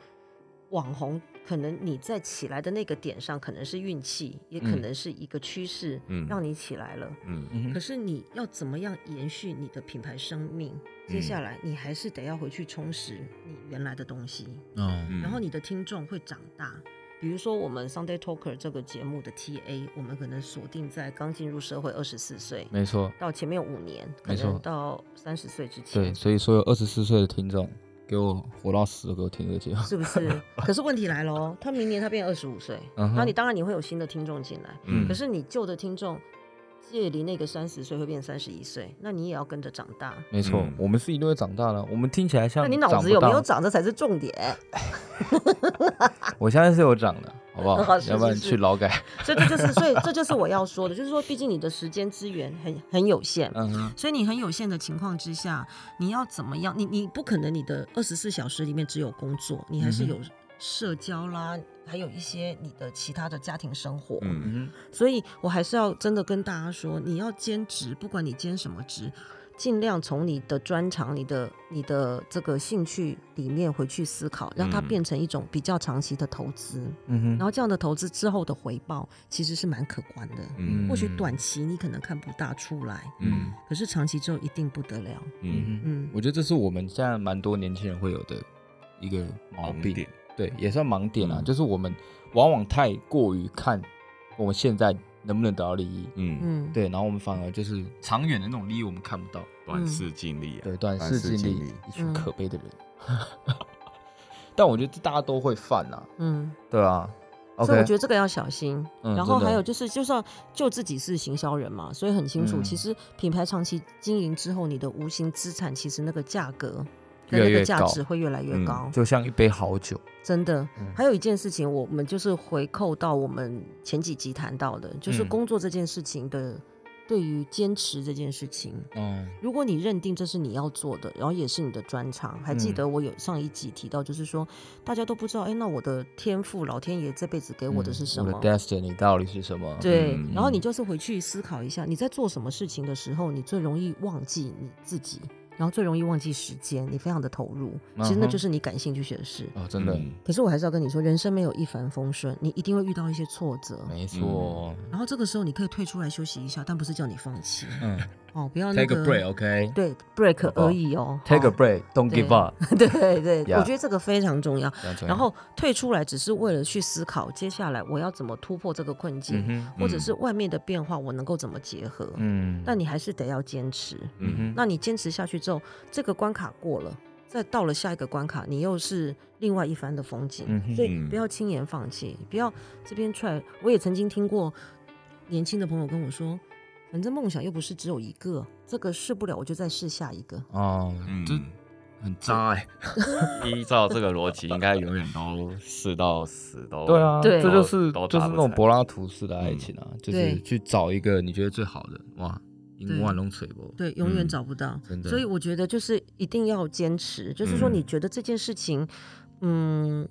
[SPEAKER 3] 网红可能你在起来的那个点上，可能是运气，也可
[SPEAKER 2] 嗯
[SPEAKER 3] 能是一个趋势，
[SPEAKER 1] 嗯
[SPEAKER 3] 让你起来了。
[SPEAKER 1] 嗯
[SPEAKER 2] 嗯
[SPEAKER 3] 可
[SPEAKER 2] 哼
[SPEAKER 3] 是你要怎么样延续你的品牌生命？接
[SPEAKER 1] 嗯
[SPEAKER 3] 下来你还是得要回去充实你原来的东西，
[SPEAKER 2] 嗯
[SPEAKER 1] 嗯
[SPEAKER 3] 然后你的听众会长大。比如说，我们 Sunday Talker 这个节目的 TA，我们可能锁定在刚进入社会二十四岁
[SPEAKER 2] 没错，
[SPEAKER 3] 到前面五年，可
[SPEAKER 2] 没错
[SPEAKER 3] 能到三十岁之前
[SPEAKER 2] 对，，所以所有二十四岁的听众，给我活到死都给我听这个节目。
[SPEAKER 3] 是
[SPEAKER 2] [LAUGHS]
[SPEAKER 3] 不是？可是问题来了哦，他明年他变二十五岁，
[SPEAKER 2] 嗯哼
[SPEAKER 3] 然后你当然你会有新的听众进来，
[SPEAKER 1] 嗯
[SPEAKER 3] 可是你旧的听众介离那个三十岁会变三十一岁，那你也要跟着长大。
[SPEAKER 2] 没错
[SPEAKER 1] 嗯，
[SPEAKER 2] 我们是一定会长大的。我们听起来像
[SPEAKER 3] 那你脑
[SPEAKER 2] 长
[SPEAKER 3] 子
[SPEAKER 2] 不
[SPEAKER 3] 有没
[SPEAKER 2] 大
[SPEAKER 3] 有长？这才是重点。
[SPEAKER 2] 我现在是有长的，
[SPEAKER 3] [LAUGHS]
[SPEAKER 2] 好不好？
[SPEAKER 3] 是
[SPEAKER 2] 要不然
[SPEAKER 3] 是是
[SPEAKER 2] 去劳改。
[SPEAKER 3] 所以这就是，所以这就是我要说的，就是说，毕竟你的时间资源很很有限，
[SPEAKER 2] 嗯哼，
[SPEAKER 3] 所以你很有限的情况之下，你要怎么样？你你不可能你的二十四小时里面只有工作，你还是
[SPEAKER 2] 嗯哼
[SPEAKER 3] 有社交啦，还有一些你的其他的家庭生活。
[SPEAKER 1] 嗯
[SPEAKER 2] 嗯
[SPEAKER 3] 所以我还是要真的跟大家说，你要兼职，不管你兼什么职，尽量从你的专长、你的、你的这个兴趣里面回去思考，让它
[SPEAKER 1] 嗯
[SPEAKER 3] 变成一种比较长期的投资。
[SPEAKER 2] 哼，嗯
[SPEAKER 3] 然
[SPEAKER 2] 哼，
[SPEAKER 3] 后这样的投资之后的回报其实是蛮可观的。
[SPEAKER 1] 嗯
[SPEAKER 3] 或许短期你可能看不大出来，
[SPEAKER 1] 嗯
[SPEAKER 3] 可是长期之后一定不得了。
[SPEAKER 1] 嗯
[SPEAKER 2] 嗯哼，
[SPEAKER 3] 嗯，
[SPEAKER 2] 我觉得这是我们现在蛮多年轻人会有的一个毛
[SPEAKER 1] 盲
[SPEAKER 2] 病。
[SPEAKER 1] 点
[SPEAKER 2] 对，也算盲点啊，
[SPEAKER 1] 嗯
[SPEAKER 2] 就是我们往往太过于看我们现在能不能得到利益，
[SPEAKER 1] 嗯，
[SPEAKER 3] 嗯，
[SPEAKER 2] 对，然后我们反而就是长远的那种利益我们看不到，
[SPEAKER 1] 短视尽力啊，
[SPEAKER 2] 对，短
[SPEAKER 1] 短
[SPEAKER 2] 视
[SPEAKER 1] 视
[SPEAKER 2] 近
[SPEAKER 1] 近
[SPEAKER 2] 利
[SPEAKER 1] 利，
[SPEAKER 2] 一群
[SPEAKER 3] 嗯
[SPEAKER 2] 可悲的人。 [LAUGHS] 但我觉得大家都会犯啊，
[SPEAKER 3] 嗯，
[SPEAKER 2] 对啊
[SPEAKER 3] 所以我觉
[SPEAKER 2] ，OK，
[SPEAKER 3] 得这个要小心。
[SPEAKER 2] 嗯
[SPEAKER 3] 然后
[SPEAKER 2] 真的
[SPEAKER 3] 还有就是，就算就自己是行销人嘛，所以很清楚，
[SPEAKER 2] 嗯
[SPEAKER 3] 其实品牌长期经营之后，你的无形资产其实那个价格。
[SPEAKER 2] 越来
[SPEAKER 3] 那
[SPEAKER 2] 越
[SPEAKER 3] 个价
[SPEAKER 2] 高
[SPEAKER 3] 值会越来越
[SPEAKER 1] 嗯
[SPEAKER 3] 高，
[SPEAKER 2] 就像一杯好酒，
[SPEAKER 3] 真的
[SPEAKER 2] 嗯。
[SPEAKER 3] 还有一件事情，我们就是回扣到我们前几集谈到的，就是
[SPEAKER 2] 嗯
[SPEAKER 3] 工作这件事情的，对于坚持这件事情，
[SPEAKER 2] 嗯
[SPEAKER 3] 如果你认定这是你要做的，然后也是你的专长，还记
[SPEAKER 2] 嗯
[SPEAKER 3] 得我有上一集提到，就是说、大家都不知道，哎，那我的天赋，老天爷这辈子给我的是什么？
[SPEAKER 2] 嗯我的 destiny 到底是什么？
[SPEAKER 3] 对，
[SPEAKER 1] 嗯
[SPEAKER 3] 然后
[SPEAKER 2] 嗯
[SPEAKER 3] 你就是回去思考一下，你在做什么事情的时候，你最容易忘记你自己，然后最容易忘记时间，你非常的投入，其实那
[SPEAKER 2] 嗯哼
[SPEAKER 3] 就是你感兴趣的事。
[SPEAKER 2] 哦，真的，
[SPEAKER 1] 嗯
[SPEAKER 3] 可是我还是要跟你说，人生没有一帆风顺，你一定会遇到一些挫折。
[SPEAKER 2] 没错，
[SPEAKER 3] 然后这个时候你可以退出来休息一下，但不是叫你放弃
[SPEAKER 2] 嗯
[SPEAKER 3] 哦，不要那
[SPEAKER 2] ，take
[SPEAKER 3] 个
[SPEAKER 2] a break，OK，take
[SPEAKER 3] 对 break
[SPEAKER 2] 好不好
[SPEAKER 3] 而已哦
[SPEAKER 2] a
[SPEAKER 3] 哦 [LAUGHS]
[SPEAKER 2] break，don't
[SPEAKER 3] 对
[SPEAKER 2] give up，
[SPEAKER 3] 对对
[SPEAKER 2] Yeah
[SPEAKER 3] 我觉得这个非常重要。
[SPEAKER 2] 这样子
[SPEAKER 3] 然后退出来只是为了去思考接下来我要怎么突破这个困境，
[SPEAKER 2] 嗯哼，
[SPEAKER 3] 或者是外面的变化我能够怎么结合。
[SPEAKER 2] 嗯，
[SPEAKER 3] 但你还是得要坚持。
[SPEAKER 2] 嗯哼，
[SPEAKER 3] 那你坚持下去之后，这个关卡过了，再到了下一个关卡，你又是另外一番的风景。
[SPEAKER 2] 嗯哼
[SPEAKER 3] 所以不要轻言放弃，不要这边踹。我也曾经听过年轻的朋友跟我说，反正梦想又不是只有一个，这个试不了我就再试下一个。
[SPEAKER 2] 哦，这
[SPEAKER 1] 嗯，
[SPEAKER 2] 很渣哎、
[SPEAKER 1] 依照这个逻辑，应该永远都试到死都
[SPEAKER 2] 对啊，
[SPEAKER 3] 对
[SPEAKER 2] 这就是
[SPEAKER 1] 都打不
[SPEAKER 2] 就是那种
[SPEAKER 1] 成
[SPEAKER 2] 柏拉图式的爱情啊，就是
[SPEAKER 3] 对
[SPEAKER 2] 去找一个你觉得最好的，哇，赢
[SPEAKER 3] 对
[SPEAKER 2] 万龙垂波，
[SPEAKER 3] 对，永远
[SPEAKER 1] 嗯
[SPEAKER 3] 找不到。
[SPEAKER 2] 真的
[SPEAKER 3] 所以我觉得就是一定要坚持，就是说
[SPEAKER 1] 嗯
[SPEAKER 3] 你觉得这件事情，嗯，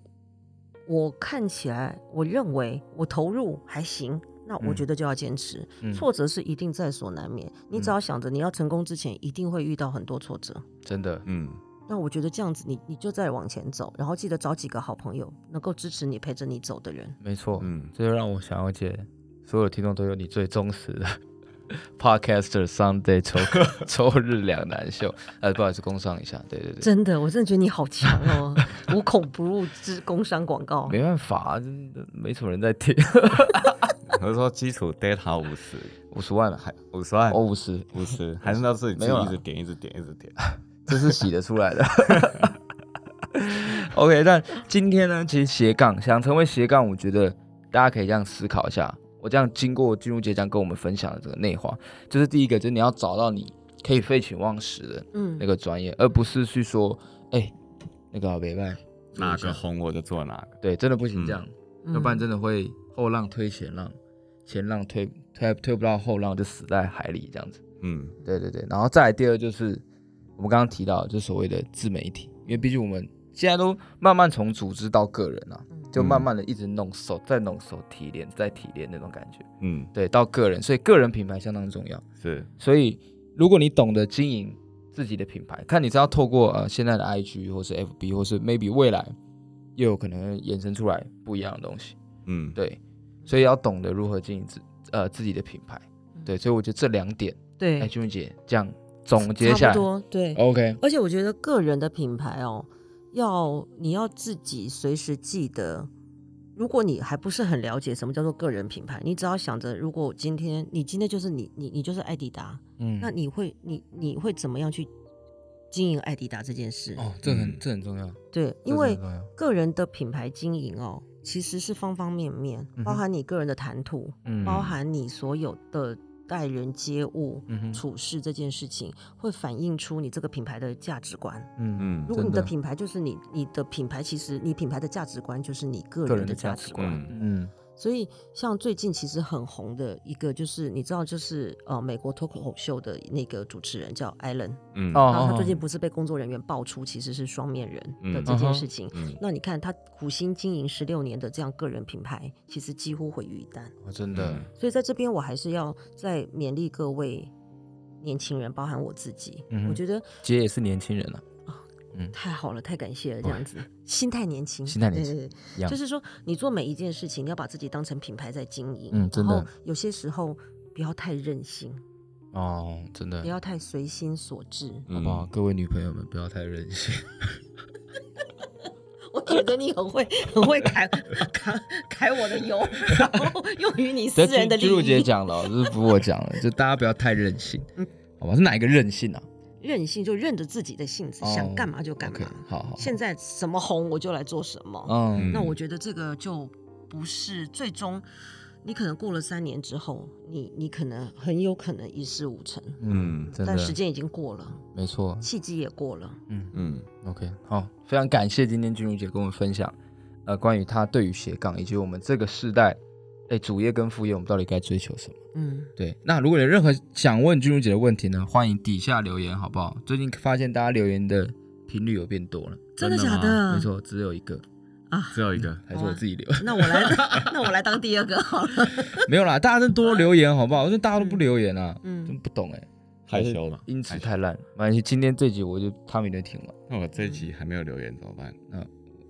[SPEAKER 3] 我看起来，我认为我投入还行。那
[SPEAKER 2] 嗯
[SPEAKER 3] 我觉得就要坚持，
[SPEAKER 2] 嗯
[SPEAKER 3] 挫折是一定在所难免。你只要想着你要成功之前，一定会遇到很多挫折。
[SPEAKER 2] 真的，
[SPEAKER 1] 嗯
[SPEAKER 3] 那我觉得这样子你，你就再往前走，然后记得找几个好朋友，能够支持你、陪着你走的人。
[SPEAKER 2] 没错，
[SPEAKER 1] 嗯
[SPEAKER 2] 这就让我想要解，所有听众都有你最忠实的 [LAUGHS] podcaster [LAUGHS] Sunday 周周日两难秀，呃，不好意思，工商一下，对对对，
[SPEAKER 3] [LAUGHS] 真的，我真的觉得你好强哦，无孔不入之工商广告。
[SPEAKER 2] 没办法、啊，真的没什么人在听，
[SPEAKER 1] 我是说基础 data 五十，
[SPEAKER 2] 五十万了还
[SPEAKER 1] 五十万
[SPEAKER 2] 哦，五十，
[SPEAKER 1] 五十， [LAUGHS] 还是那是你自
[SPEAKER 2] 没有
[SPEAKER 1] 己一
[SPEAKER 2] 啦
[SPEAKER 1] 直点，一直点，一直点。
[SPEAKER 2] 这是洗得出来的。OK，但今天呢，其实斜杠想成为斜杠，我觉得大家可以这样思考一下。我这样经过金如姐这样跟我们分享的这个内化，就是第一个，就是你要找到你可以废寝忘食的
[SPEAKER 3] 嗯
[SPEAKER 2] 那，个专业，而不是去说，哎、那个北拜
[SPEAKER 1] 哪个红我就做哪个。
[SPEAKER 2] 对，真的不行这样，
[SPEAKER 3] 嗯
[SPEAKER 2] 要不然真的会后浪推前浪，前浪推推推不到后浪就死在海里这样子。
[SPEAKER 1] 嗯
[SPEAKER 2] 对对对，然后再来第二就是我们刚刚提到，就所谓的自媒体，因为毕竟我们现在都慢慢从组织到个人啊，
[SPEAKER 3] 嗯
[SPEAKER 2] 就慢慢的一直弄手，再弄手提炼，再提炼那种感觉，
[SPEAKER 1] 嗯，
[SPEAKER 2] 对，到个人，所以个人品牌相当重要。
[SPEAKER 1] 是，
[SPEAKER 2] 所以如果你懂得经营自己的品牌，看你是要透过呃现在的 IG 或是 FB，或是 maybe 未来又有可能衍生出来不一样的东西。
[SPEAKER 1] 嗯，
[SPEAKER 2] 对，所以要懂得如何经营自呃自己的品牌。对，所以我觉得这两点，哎，
[SPEAKER 3] 对，
[SPEAKER 2] 君姐这样总结下
[SPEAKER 3] 差不
[SPEAKER 2] 来
[SPEAKER 3] 多对。
[SPEAKER 2] ，OK，
[SPEAKER 3] 而且我觉得个人的品牌哦，要你要自己随时记得，如果你还不是很了解什么叫做个人品牌，你只要想着，如果我今天你今天就是你你你就是艾迪达，
[SPEAKER 2] 嗯，
[SPEAKER 3] 那你会你你会怎么样去经营艾迪达这件事？
[SPEAKER 2] 哦，这很
[SPEAKER 1] 嗯
[SPEAKER 2] 这很重要，
[SPEAKER 3] 对，
[SPEAKER 2] 这真
[SPEAKER 3] 因
[SPEAKER 2] 的
[SPEAKER 3] 为
[SPEAKER 2] 很重要
[SPEAKER 3] 个人的品牌经营哦，其实是方方面面，包
[SPEAKER 2] 嗯哼
[SPEAKER 3] 含你个人的谈吐，
[SPEAKER 2] 嗯
[SPEAKER 3] 包含你所有的待人接物、
[SPEAKER 2] 嗯哼
[SPEAKER 3] 处事这件事情，会反映出你这个品牌的价值观。
[SPEAKER 2] 嗯
[SPEAKER 1] 嗯
[SPEAKER 3] 如果你的
[SPEAKER 2] 真的
[SPEAKER 3] 品牌就是你，你的品牌其实你品牌的价值观就是你个
[SPEAKER 2] 嗯个
[SPEAKER 3] 人
[SPEAKER 2] 人
[SPEAKER 3] 的
[SPEAKER 2] 的
[SPEAKER 3] 价
[SPEAKER 2] 价
[SPEAKER 3] 值
[SPEAKER 2] 值
[SPEAKER 3] 观。
[SPEAKER 1] 观
[SPEAKER 2] 嗯
[SPEAKER 3] 所以像最近其实很红的一个就是你知道就是呃美国脱口秀的那个主持人叫艾伦，
[SPEAKER 1] 嗯
[SPEAKER 2] 哦
[SPEAKER 3] 然后他最近不是被工作人员爆出其实是双面人的
[SPEAKER 1] 嗯
[SPEAKER 3] 这
[SPEAKER 2] 嗯
[SPEAKER 3] 件
[SPEAKER 2] 哼
[SPEAKER 3] 事情。
[SPEAKER 1] 嗯
[SPEAKER 3] 那你看他苦心经营十六年的这样个人品牌，其实几乎毁于一旦。
[SPEAKER 2] 哦真的
[SPEAKER 1] 嗯
[SPEAKER 3] 所以在这边，我还是要再勉励各位年轻人，包含我自己。
[SPEAKER 2] 嗯哼
[SPEAKER 3] 我觉得
[SPEAKER 2] 姐也是年轻人啊了，
[SPEAKER 3] 太好了，太感谢了，这样子，心态年轻，
[SPEAKER 2] 心态年轻
[SPEAKER 3] 对对对
[SPEAKER 2] 一样
[SPEAKER 3] 就是说你做每一件事情，你要把自己当成品牌在经营。
[SPEAKER 2] 嗯真的
[SPEAKER 3] 然后有些时候不要太任性，
[SPEAKER 2] 哦，真的
[SPEAKER 3] 不，要太随心所至。
[SPEAKER 1] 嗯
[SPEAKER 2] 好不好？各位女朋友们不要太任性，
[SPEAKER 3] [LAUGHS] 我觉得你很会， [LAUGHS] 很会揩揩揩我
[SPEAKER 2] [LAUGHS]
[SPEAKER 3] 的油，然后用于你 [LAUGHS] 私人的利
[SPEAKER 2] 君如姐
[SPEAKER 3] 益。
[SPEAKER 2] 讲了，哦这是不是我讲了，就大家不要太任性
[SPEAKER 3] 嗯，
[SPEAKER 2] 好吧？是哪一个任性啊？
[SPEAKER 3] 任性就认着自己的性子，
[SPEAKER 2] 哦
[SPEAKER 3] 想干嘛就干
[SPEAKER 2] OK，
[SPEAKER 3] 嘛。
[SPEAKER 2] 好好，
[SPEAKER 3] 现在什么红我就来做什么。
[SPEAKER 2] 嗯
[SPEAKER 3] 那我觉得这个就不是最终，你可能过了三年之后，你你可能很有可能一事无成，
[SPEAKER 1] 嗯
[SPEAKER 2] 真的
[SPEAKER 3] 但时间已经过了，
[SPEAKER 2] 没错，
[SPEAKER 3] 契机也过了。
[SPEAKER 1] 嗯
[SPEAKER 2] OK，好，非常感谢今天君如姐跟我们分享，呃，关于她对于斜杠以及我们这个世代，哎，主业跟副业我们到底该追求什么？
[SPEAKER 3] 嗯，
[SPEAKER 2] 对，那如果有任何想问君如姐的问题呢，欢迎底下留言，好不好？最近发现大家留言的频率有变多了，
[SPEAKER 3] 真的
[SPEAKER 1] 真的
[SPEAKER 3] 假
[SPEAKER 1] 吗
[SPEAKER 3] 的？啊
[SPEAKER 2] 没错，只有一个，
[SPEAKER 1] 只有一个，
[SPEAKER 2] 还是我自己留， [LAUGHS]
[SPEAKER 3] 那我来， [LAUGHS] 那我来当第二个好了。
[SPEAKER 2] 没有啦，大家都多留言，好不好？我说大家都不留言啊，真
[SPEAKER 3] 嗯，
[SPEAKER 2] 不懂哎、
[SPEAKER 1] 害羞了
[SPEAKER 2] 音质
[SPEAKER 3] 哎
[SPEAKER 1] 害羞
[SPEAKER 2] 太烂，没关系，今天这集我就他们都听完，
[SPEAKER 1] 那我这一集还没有留言怎么办？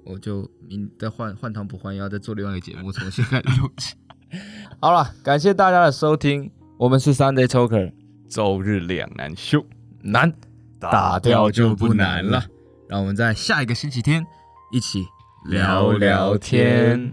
[SPEAKER 2] 我就明再换换汤不换药，再做另外一个节目，重新开始录制。 [LAUGHS] 好了，感谢大家的收听，我们是 Sunday Talker，
[SPEAKER 1] 周日两难修，
[SPEAKER 2] 难打掉就不难
[SPEAKER 1] 了。
[SPEAKER 2] 了，让我们在下一个星期天一起
[SPEAKER 1] 聊聊天。